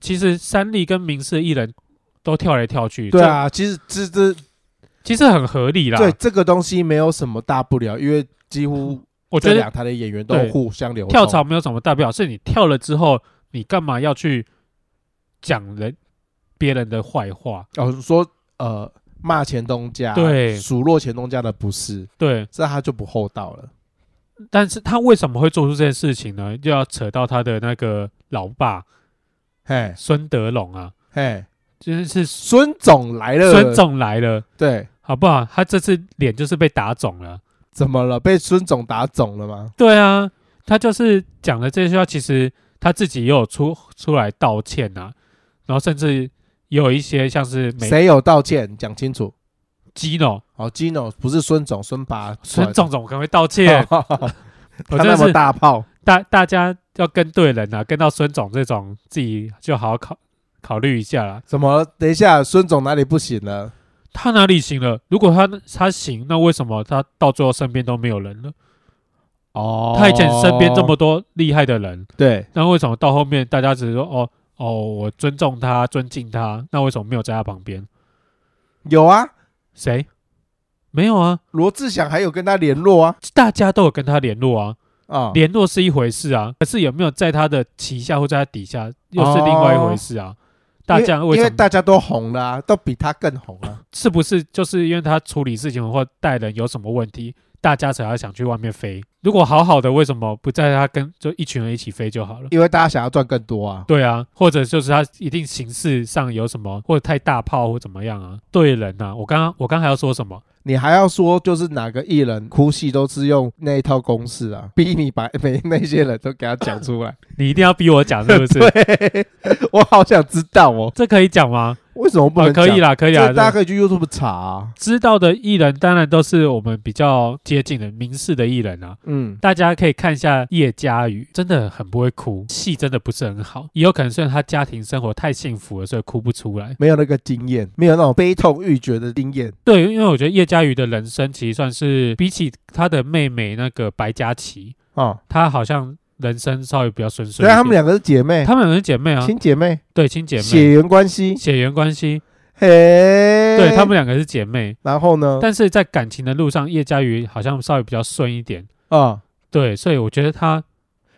Speaker 2: 其实三立跟民事艺人都跳来跳去，
Speaker 1: 对啊，其实这这
Speaker 2: 这，其实很合理啦，
Speaker 1: 对，这个东西没有什么大不了，因为几乎
Speaker 2: 我觉
Speaker 1: 这
Speaker 2: 得
Speaker 1: 两台的演员都
Speaker 2: 对
Speaker 1: 互相流
Speaker 2: 跳
Speaker 1: 动
Speaker 2: 槽没有什么大不了，是你跳了之后，你干嘛要去讲人别人的坏话？
Speaker 1: 哦，说呃骂前东家，
Speaker 2: 对
Speaker 1: 数落前东家的不是，
Speaker 2: 对，
Speaker 1: 这他就不厚道了。
Speaker 2: 但是他为什么会做出这件事情呢？又要扯到他的那个老爸
Speaker 1: 嘿，
Speaker 2: 孙德龙啊，
Speaker 1: 嘿，
Speaker 2: 真是
Speaker 1: 孙总来了，
Speaker 2: 孙总来了，
Speaker 1: 对，
Speaker 2: 好不好？他这次脸就是被打肿了。
Speaker 1: 怎么了？被孙总打肿了吗？
Speaker 2: 对啊，他就是讲了这些话，其实他自己也有出出来道歉啊，然后甚至也有一些像是美
Speaker 1: 谁有道歉？讲清楚。
Speaker 2: 基诺
Speaker 1: 哦，Gino 不是孙总，孙爸，
Speaker 2: 孙总总可能会道
Speaker 1: 哦
Speaker 2: 歉，
Speaker 1: 他
Speaker 2: 我真
Speaker 1: 那
Speaker 2: 的
Speaker 1: 么
Speaker 2: 是
Speaker 1: 大炮，
Speaker 2: 大大家要跟对人啊，跟到孙总这种自己就好好考考虑一下啦。
Speaker 1: 怎么？等一下，孙总哪里不行了？
Speaker 2: 他哪里行了？如果他他行，那为什么他到最后身边都没有人了？
Speaker 1: 哦
Speaker 2: 他以前身边这么多厉害的人，
Speaker 1: 对，
Speaker 2: 那为什么到后面大家只是说哦哦，我尊重他，尊敬他，那为什么没有在他旁边？
Speaker 1: 有啊，
Speaker 2: 谁？没有啊，
Speaker 1: 罗志祥还有跟他联络啊，
Speaker 2: 大家都有跟他联络啊，
Speaker 1: 啊，
Speaker 2: 联络是一回事啊，可是有没有在他的旗下或在他底下，又是另外一回事啊。大家
Speaker 1: 因
Speaker 2: 为
Speaker 1: 哦为因
Speaker 2: 什
Speaker 1: 为
Speaker 2: 么
Speaker 1: 大家都红了啊，都比他更红啊。
Speaker 2: 是不是就是因为他处理事情或待人有什么问题，大家才要想去外面飞？如果好好的，为什么不在他跟就一群人一起飞就好了？
Speaker 1: 因为大家想要赚更多啊。
Speaker 2: 对啊，或者就是他一定形式上有什么，或者太大炮或怎么样啊？对人呐、啊，我刚刚我刚还要说什么？
Speaker 1: 你还要说，就是哪个艺人哭戏都是用那一套公式啊，逼你把 每那些人都给他讲出来。
Speaker 2: 你一定要逼我讲是不是？
Speaker 1: 对，我好想知道哦。
Speaker 2: 这可以讲吗？
Speaker 1: 为什么不
Speaker 2: 啊，
Speaker 1: 能讲？
Speaker 2: 可以啦，可以
Speaker 1: 这
Speaker 2: 啦。
Speaker 1: 大家
Speaker 2: 这
Speaker 1: 可以去 YouTube 查啊。
Speaker 2: 知道的艺人当然都是我们比较接近的民视的艺人啊，
Speaker 1: 嗯，
Speaker 2: 大家可以看一下叶嘉瑜，真的很不会哭，戏真的不是很好，也有可能是他家庭生活太幸福了，所以哭不出来。
Speaker 1: 没有那个经验，没有那种悲痛欲绝的经验。
Speaker 2: 对，因为我觉得叶嘉瑜的人生其实算是比起他的妹妹那个白嘉琪，
Speaker 1: 哦，
Speaker 2: 她好像人生稍微比较顺遂
Speaker 1: 所以
Speaker 2: 一点。
Speaker 1: 她们两个是姐妹，
Speaker 2: 她们两个是姐妹啊，
Speaker 1: 亲姐妹，
Speaker 2: 对，亲姐妹，
Speaker 1: 血缘关系。
Speaker 2: 血缘关系，
Speaker 1: 嘿，
Speaker 2: 对
Speaker 1: 对哦
Speaker 2: 她们，两个是姐妹。
Speaker 1: 然后呢？
Speaker 2: 但是在感情的路上，叶嘉瑜好像稍微比较顺一点。
Speaker 1: 啊，
Speaker 2: 对，所以我觉得她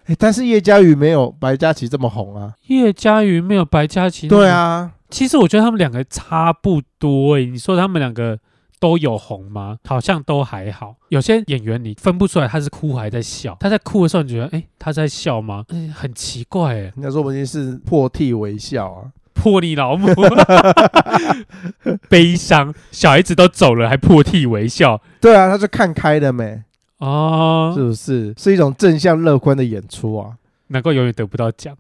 Speaker 1: 哎，但是叶嘉瑜没有白嘉琪这么红啊。
Speaker 2: 叶嘉瑜没有白嘉琪。
Speaker 1: 对，啊，
Speaker 2: 其实我觉得他们两个差不多诶、你说他们两个都有红吗？好像都还好。有些演员你分不出来他是哭还在笑，他在哭的时候你觉得，哎，他在笑吗？嗯，很奇怪诶、
Speaker 1: 人家说我们已经是破涕为笑啊。
Speaker 2: 破你老母，悲伤，小孩子都走了还破涕为笑
Speaker 1: 对啊，他就看开了没，
Speaker 2: 哦，
Speaker 1: 是不是？是一种正向乐观的演出 啊，
Speaker 2: 难怪永远得不到奖。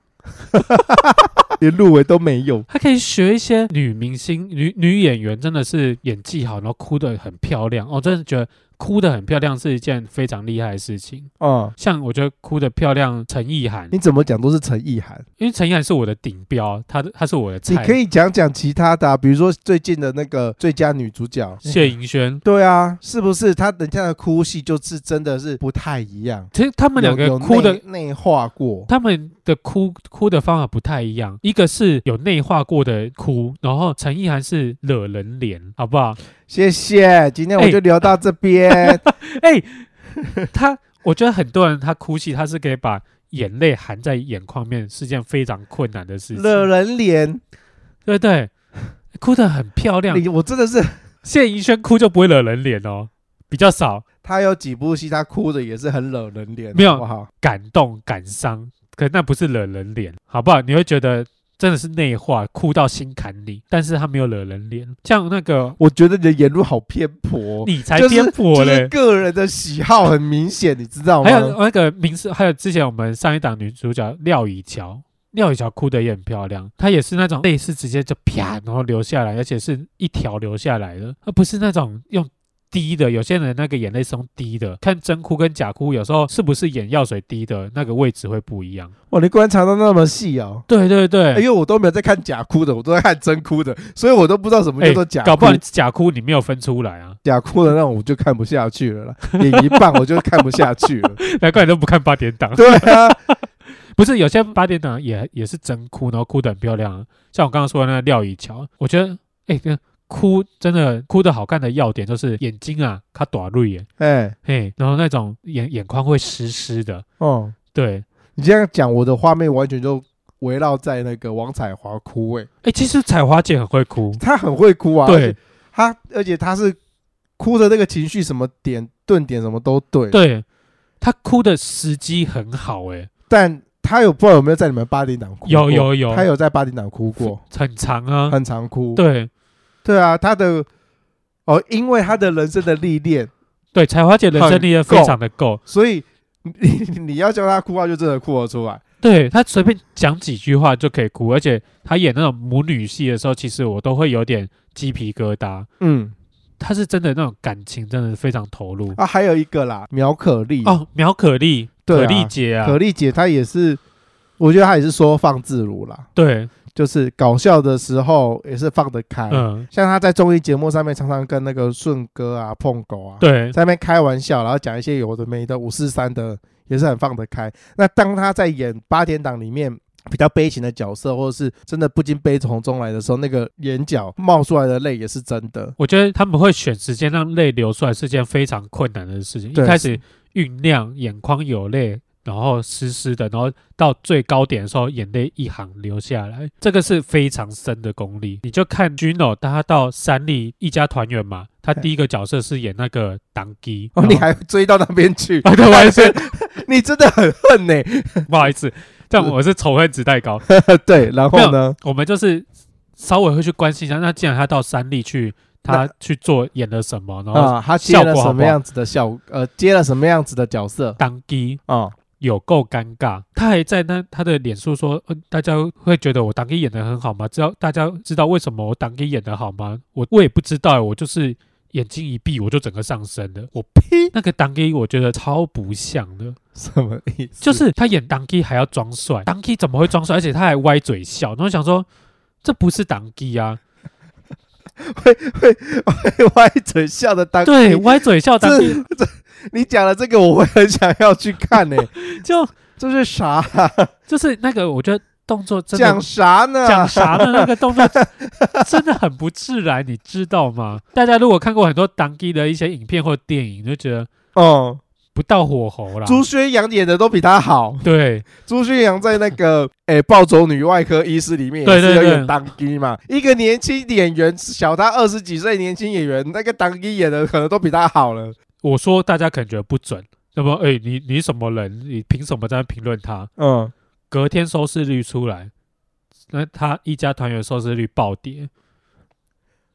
Speaker 1: 连入围都没有。
Speaker 2: 他可以学一些女明星、女女演员，真的是演技好，然后哭得很漂亮。我、真的觉得哭得很漂亮是一件非常厉害的事情。
Speaker 1: 嗯，
Speaker 2: 像我觉得哭的漂亮陈意涵，
Speaker 1: 你怎么讲都是陈意涵。
Speaker 2: 因为陈意涵是我的顶标，她的她是我的
Speaker 1: 你
Speaker 2: 菜。
Speaker 1: 可以讲讲其他的、啊，比如说最近的那个最佳女主角
Speaker 2: 谢盈萱，
Speaker 1: 对啊，是不是他人家的哭戏就是真的是不太一样？
Speaker 2: 其实他
Speaker 1: 他
Speaker 2: 们两个哭的，
Speaker 1: 内化过，
Speaker 2: 他们的哭哭的方法不太一样，一个是有内化过的哭，然后陈意涵是惹人怜，好不好？
Speaker 1: 谢谢，今天我就聊到这 边。
Speaker 2: 哎、他我觉得很多人他哭泣，他是可以把眼泪含在眼眶面，是件非常困难的事情，
Speaker 1: 惹人怜，
Speaker 2: 对不对？哭得很漂亮，
Speaker 1: 你我真的是，
Speaker 2: 谢盈萱哭就不会惹人怜哦，比较少。
Speaker 1: 他有几部戏他哭的也是很惹人怜，
Speaker 2: 没有
Speaker 1: 好不好？
Speaker 2: 感动、感伤，可那不是惹人怜，好不好？你会觉得真的是内化，哭到心坎里，但是他没有惹人怜。像那个
Speaker 1: 我觉得你的言论好偏颇，哦
Speaker 2: 你才
Speaker 1: 就是
Speaker 2: 偏颇
Speaker 1: 就是
Speaker 2: 嘞，
Speaker 1: 个人的喜好很明显，你知道吗？
Speaker 2: 还有那个名字，还有之前我们上一档女主角廖以乔。廖以乔哭得也很漂亮，她也是那种类似直接就啪，然后流下来，而且是一条流下来的，而不是那种用滴的。有些人那个眼泪是用滴的，看真哭跟假哭，有时候是不是眼药水滴的那个位置会不一样。
Speaker 1: 哇，你观察到那么细哦。
Speaker 2: 对对对，
Speaker 1: 哎因为我都没有在看假哭的，我都在看真哭的，所以我都不知道什么叫做假哭。
Speaker 2: 哎搞不好你假哭你没有分出来啊，
Speaker 1: 假哭的那种我就看不下去 了啦，演一半我就看不下去了。
Speaker 2: 难怪你都不看八点档。
Speaker 1: 对啊，
Speaker 2: 不是有些八点档也也是真哭，然后哭得很漂亮、啊，像我刚刚说的那个廖以乔，我觉得哎、那哭真的哭得好看的要点就是眼睛啊，它短锐眼，
Speaker 1: 哎，
Speaker 2: 嘿，然后那种眼眼眶会湿湿的，
Speaker 1: 哦，
Speaker 2: 对。
Speaker 1: 你这样讲，我的画面完全就围绕在那个王彩华哭、欸，
Speaker 2: 哎、其实彩华姐很会哭，
Speaker 1: 她很会哭啊，
Speaker 2: 对，
Speaker 1: 她而且她是哭的那个情绪什么点顿点什么都对，，
Speaker 2: 对，她哭的时机很好、哎，
Speaker 1: 但她有不知道有没有在你们八点档哭过，
Speaker 2: 有有有，
Speaker 1: 她有在八点档哭过，
Speaker 2: 很长啊，
Speaker 1: 很常哭，
Speaker 2: 哦对
Speaker 1: 对啊，她的哦，因为她的人生的历练，
Speaker 2: 对，彩华姐的
Speaker 1: 很
Speaker 2: 真力非
Speaker 1: 够
Speaker 2: 常的够，
Speaker 1: 所以你 你要叫她哭，她就真的哭了出来。
Speaker 2: 对他随便讲几句话就可以哭，而且他演那种母女戏的时候，其实我都会有点鸡皮疙瘩。
Speaker 1: 嗯，
Speaker 2: 他是真的那种感情，真的非常投入。
Speaker 1: 啊，还有一个啦，苗可丽，
Speaker 2: 哦，苗可丽，
Speaker 1: 对
Speaker 2: 可
Speaker 1: 啊
Speaker 2: 丽姐啊
Speaker 1: 可，丽姐她也是，我觉得她也是说放自如啦，
Speaker 2: 对，
Speaker 1: 就是搞笑的时候也是放得开。
Speaker 2: 嗯，
Speaker 1: 像她在综艺节目上面常常跟那个顺哥啊、碰狗啊，
Speaker 2: 对，
Speaker 1: 在那边开玩笑，然后讲一些有的没的，五四三的也是很放得开。那当她在演八点档里面。比较悲情的角色，或者是真的不禁悲从中来的时候，那个眼角冒出来的泪也是真的。
Speaker 2: 我觉得他们会选时间让泪流出来是件非常困难的事情。一
Speaker 1: 对
Speaker 2: 开始酝酿，眼眶有泪，然后湿湿的，然后到最高点的时候，眼泪一行流下来，这个是非常深的功力。你就看 Gino，他到山里一家团圆嘛，他第一个角色是演那个党基，
Speaker 1: 哦，
Speaker 2: 然后
Speaker 1: 你还追到那边
Speaker 2: ？
Speaker 1: 去
Speaker 2: 啊，对，不好意思，
Speaker 1: 你真的很恨呢、
Speaker 2: 哦不好意思，但我是仇恨值太高。
Speaker 1: 对，然后呢？
Speaker 2: 我们就是稍微会去关心一下，那既然他到山里去，他去做演了什么，然后
Speaker 1: 啊，他接
Speaker 2: 哦效
Speaker 1: 了
Speaker 2: 果好
Speaker 1: 什
Speaker 2: 不
Speaker 1: 么
Speaker 2: 好
Speaker 1: 样子的效？呃，接了什么样子的角色？
Speaker 2: 当机，
Speaker 1: 啊、
Speaker 2: 有够尴尬。他还在那他的脸书说，嗯，大家会觉得我党给演的很好吗？知道大家知道为什么我党给演的好吗？我我也不知道，我就是眼睛一闭我就整个上身了。我呸，那个党给我觉得超不像的。
Speaker 1: 什么意思？
Speaker 2: 就是他演 Donkey 还要装帅，Donkey 怎么会装帅？而且他还歪嘴笑，然后想说这不是 Donkey 啊，
Speaker 1: 会会会歪嘴笑的当。
Speaker 2: 对，歪嘴笑
Speaker 1: 这
Speaker 2: Donkey
Speaker 1: 这，你讲了这个，我会很想要去看呢、
Speaker 2: 就
Speaker 1: 这是啥？
Speaker 2: 就是那个，我觉得动作真
Speaker 1: 讲
Speaker 2: 的
Speaker 1: 啥呢？
Speaker 2: 讲啥的那个动作 真的很不自然，你知道吗？大家如果看过很多 Donkey 的一些影片或电影，就觉得
Speaker 1: 哦，
Speaker 2: 不到火候啦。
Speaker 1: 朱宣阳演的都比他好。
Speaker 2: 对
Speaker 1: 朱宣阳在那个 诶《暴走女外科医师》里面也
Speaker 2: 对
Speaker 1: 是
Speaker 2: 对
Speaker 1: 有
Speaker 2: 对
Speaker 1: 演当机嘛，一个年轻演员，小他二十几岁年轻演员，那个当机演的可能都比他好了。
Speaker 2: 我说，大家可能觉得不准。那么，哎、你你什么人？你凭什么在那评论他？
Speaker 1: 嗯，
Speaker 2: 隔天收视率出来，那他一家团圆收视率暴跌，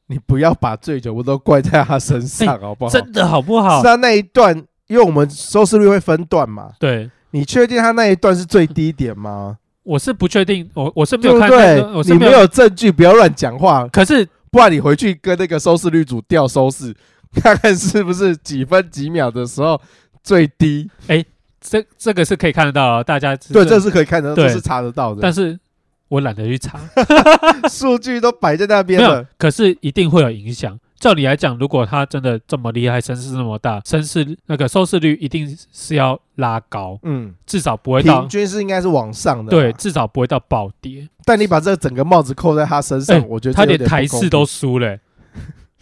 Speaker 1: 你不要把罪全部都怪在他身上，好不好？
Speaker 2: 哎真的好不好
Speaker 1: 是？啊他那一段，因为我们收视率会分段嘛，
Speaker 2: 对，
Speaker 1: 你确定他那一段是最低点吗？
Speaker 2: 我是不确定，我我是没
Speaker 1: 对
Speaker 2: 有
Speaker 1: 不
Speaker 2: 看
Speaker 1: 对
Speaker 2: 那个，我？是
Speaker 1: 你
Speaker 2: 没
Speaker 1: 没
Speaker 2: 有，
Speaker 1: 有证据，不要乱讲话，
Speaker 2: 可是
Speaker 1: 不然你回去跟那个收视率组调收视， 看看是不是几分几秒的时候最低。
Speaker 2: 这这个是可以看得到的，大家
Speaker 1: 对，这是可以看得到，
Speaker 2: 对
Speaker 1: 这是查得到的
Speaker 2: 但，是我懒得 去查，
Speaker 1: 数据都摆在那边
Speaker 2: 没有
Speaker 1: 了。，
Speaker 2: 可是一定会有影响。照理来讲，如果他真的这么厉害，声势那么大，声势那个收视率一定是要拉高，
Speaker 1: 嗯，
Speaker 2: 至少不会
Speaker 1: 平
Speaker 2: 到
Speaker 1: 均是应该是往上的。啊
Speaker 2: 对，，至少不会到暴跌。
Speaker 1: 但你把这个整个帽子扣在他身
Speaker 2: 哎
Speaker 1: 上，我觉得
Speaker 2: 他
Speaker 1: 这有
Speaker 2: 连
Speaker 1: 点不
Speaker 2: 台
Speaker 1: 公平
Speaker 2: 式都 输了欸、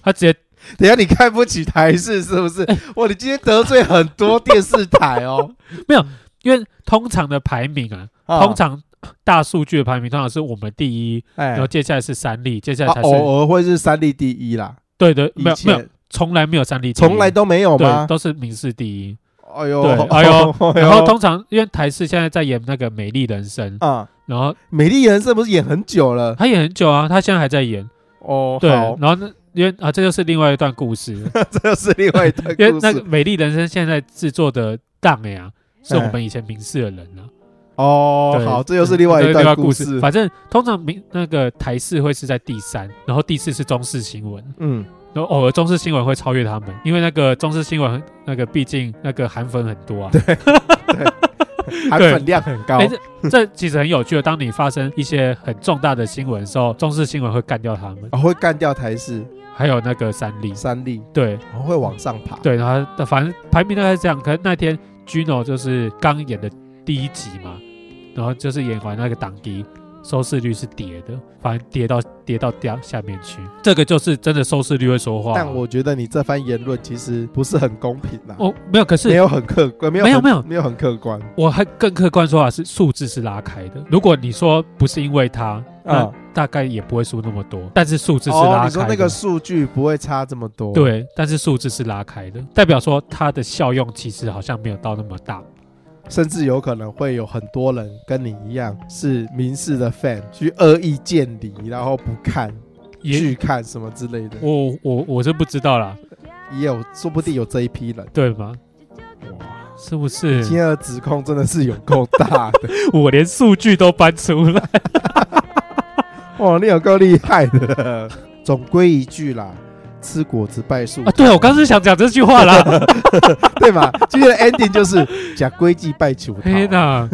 Speaker 2: 他直接
Speaker 1: 等一下你看不起台视是不
Speaker 2: 哎
Speaker 1: 是？ 哇，你今天得罪很多电视台哦。
Speaker 2: 因为通常的排名啊，
Speaker 1: 啊
Speaker 2: 通常大数据的排名通常是我们第一，
Speaker 1: 哎
Speaker 2: 然后，接下来是三立，接下来
Speaker 1: 啊
Speaker 2: 才是、
Speaker 1: 偶尔会是三立第一啦，
Speaker 2: 对对，
Speaker 1: 以
Speaker 2: 没有没有，
Speaker 1: 前嗯
Speaker 2: 从来没有三立第一，
Speaker 1: 从来都没有吗
Speaker 2: 对，？都是民视第一。
Speaker 1: 哎呦，
Speaker 2: 对哎呦， 然后
Speaker 1: 都
Speaker 2: 通常因为台视现在在演那个《美丽人生》，
Speaker 1: 啊，
Speaker 2: 然后
Speaker 1: 美丽人生不是演很久了
Speaker 2: 他演很久啊，他现在还在演。
Speaker 1: 哦？
Speaker 2: 对，
Speaker 1: 好
Speaker 2: 然后那因为啊，这就是另外一段故事，
Speaker 1: 这又是另外一段
Speaker 2: 因为
Speaker 1: 故
Speaker 2: 那个《
Speaker 1: 事
Speaker 2: 美丽人生》现在制作的档哎呀，是我们以前民视的人啊。
Speaker 1: 哦。
Speaker 2: 对
Speaker 1: 好，这又是另外一
Speaker 2: 对
Speaker 1: 段
Speaker 2: 故
Speaker 1: 事。
Speaker 2: 反正通常民那个台视会是在第三，然后第四是中视新闻，
Speaker 1: 嗯，
Speaker 2: 然后偶尔中视新闻会超越他们，因为那个中视新闻那个毕竟那个韩粉很多啊。对，
Speaker 1: 含
Speaker 2: 对
Speaker 1: 粉量很高
Speaker 2: 哎、。这这其实很有趣的。当你发生一些很重大的新闻的时候，中视新闻会干掉他们，
Speaker 1: 哦，会干掉台视、
Speaker 2: 还有那个三立。
Speaker 1: 三立，
Speaker 2: 对
Speaker 1: 然后会往上爬。
Speaker 2: 对，然后反正排名大概是这样。可是那天 Gino 就是刚演的第一集嘛，然后就是演完那个档期，收视率是跌的，反正跌到跌到掉下面去。这个就是真的收视率会说话。
Speaker 1: 但我觉得你这番言论其实不是很公平啦，
Speaker 2: 哦没有，可
Speaker 1: 没
Speaker 2: 是
Speaker 1: 有很客观，没有
Speaker 2: 没有
Speaker 1: 很
Speaker 2: 没有
Speaker 1: 没有很客观
Speaker 2: 我还更客观说法是数字是拉开的。如果你说不是因为他，那
Speaker 1: 啊。
Speaker 2: 大概也不会输那么多。但是数字是
Speaker 1: 哦，
Speaker 2: 拉
Speaker 1: 你说
Speaker 2: 开
Speaker 1: 那
Speaker 2: 的。
Speaker 1: 个数据不会差这么多？，
Speaker 2: 对，但是数字是拉开的，代表说它的效用其实好像没有到那么大。
Speaker 1: 甚至有可能会有很多人跟你一样是民事的 fan，去恶意见离，然后不看
Speaker 2: 也
Speaker 1: 拒看什么之类的，
Speaker 2: 我我我是不知道啦，
Speaker 1: 也有说不定有这一批人。
Speaker 2: 对吗？
Speaker 1: 哇，
Speaker 2: 是不是？
Speaker 1: 今天的指控真的是有够大 的，
Speaker 2: 我连数据都搬出来。
Speaker 1: 哇，你有够厉害的。总归一句啦，吃果子败树
Speaker 2: 啊，对，我刚是想讲这句话啦。
Speaker 1: 对嘛？今天的 ending 就是假规矩败球桃。
Speaker 2: 天哪，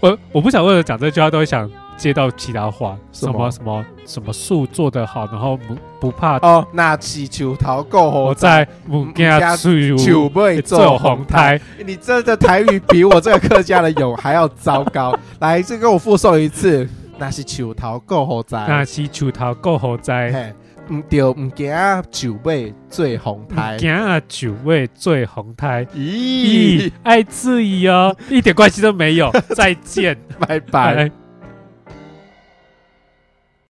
Speaker 2: 我我不想为了讲这句话都会想接到其他话，
Speaker 1: 什
Speaker 2: 什
Speaker 1: 么
Speaker 2: 么什么什么树做得好，然后不不怕
Speaker 1: 哦，那起球桃够
Speaker 2: 我
Speaker 1: 好
Speaker 2: 在母家
Speaker 1: 酒
Speaker 2: 树
Speaker 1: 杯
Speaker 2: 做
Speaker 1: 做
Speaker 2: 红
Speaker 1: 红台。
Speaker 2: 胎。
Speaker 1: 你这的台语比我这个客家的有还要糟糕。 来，这给我复诵一次，那是球桃够好栽。
Speaker 2: 那是树头够好栽，
Speaker 1: 嘿，唔对，唔惊酒杯最红台。
Speaker 2: 惊啊酒味最红胎。
Speaker 1: 咦
Speaker 2: 咦，，爱自己哦，一点关系都没有。再见，
Speaker 1: 拜拜。
Speaker 2: 拜。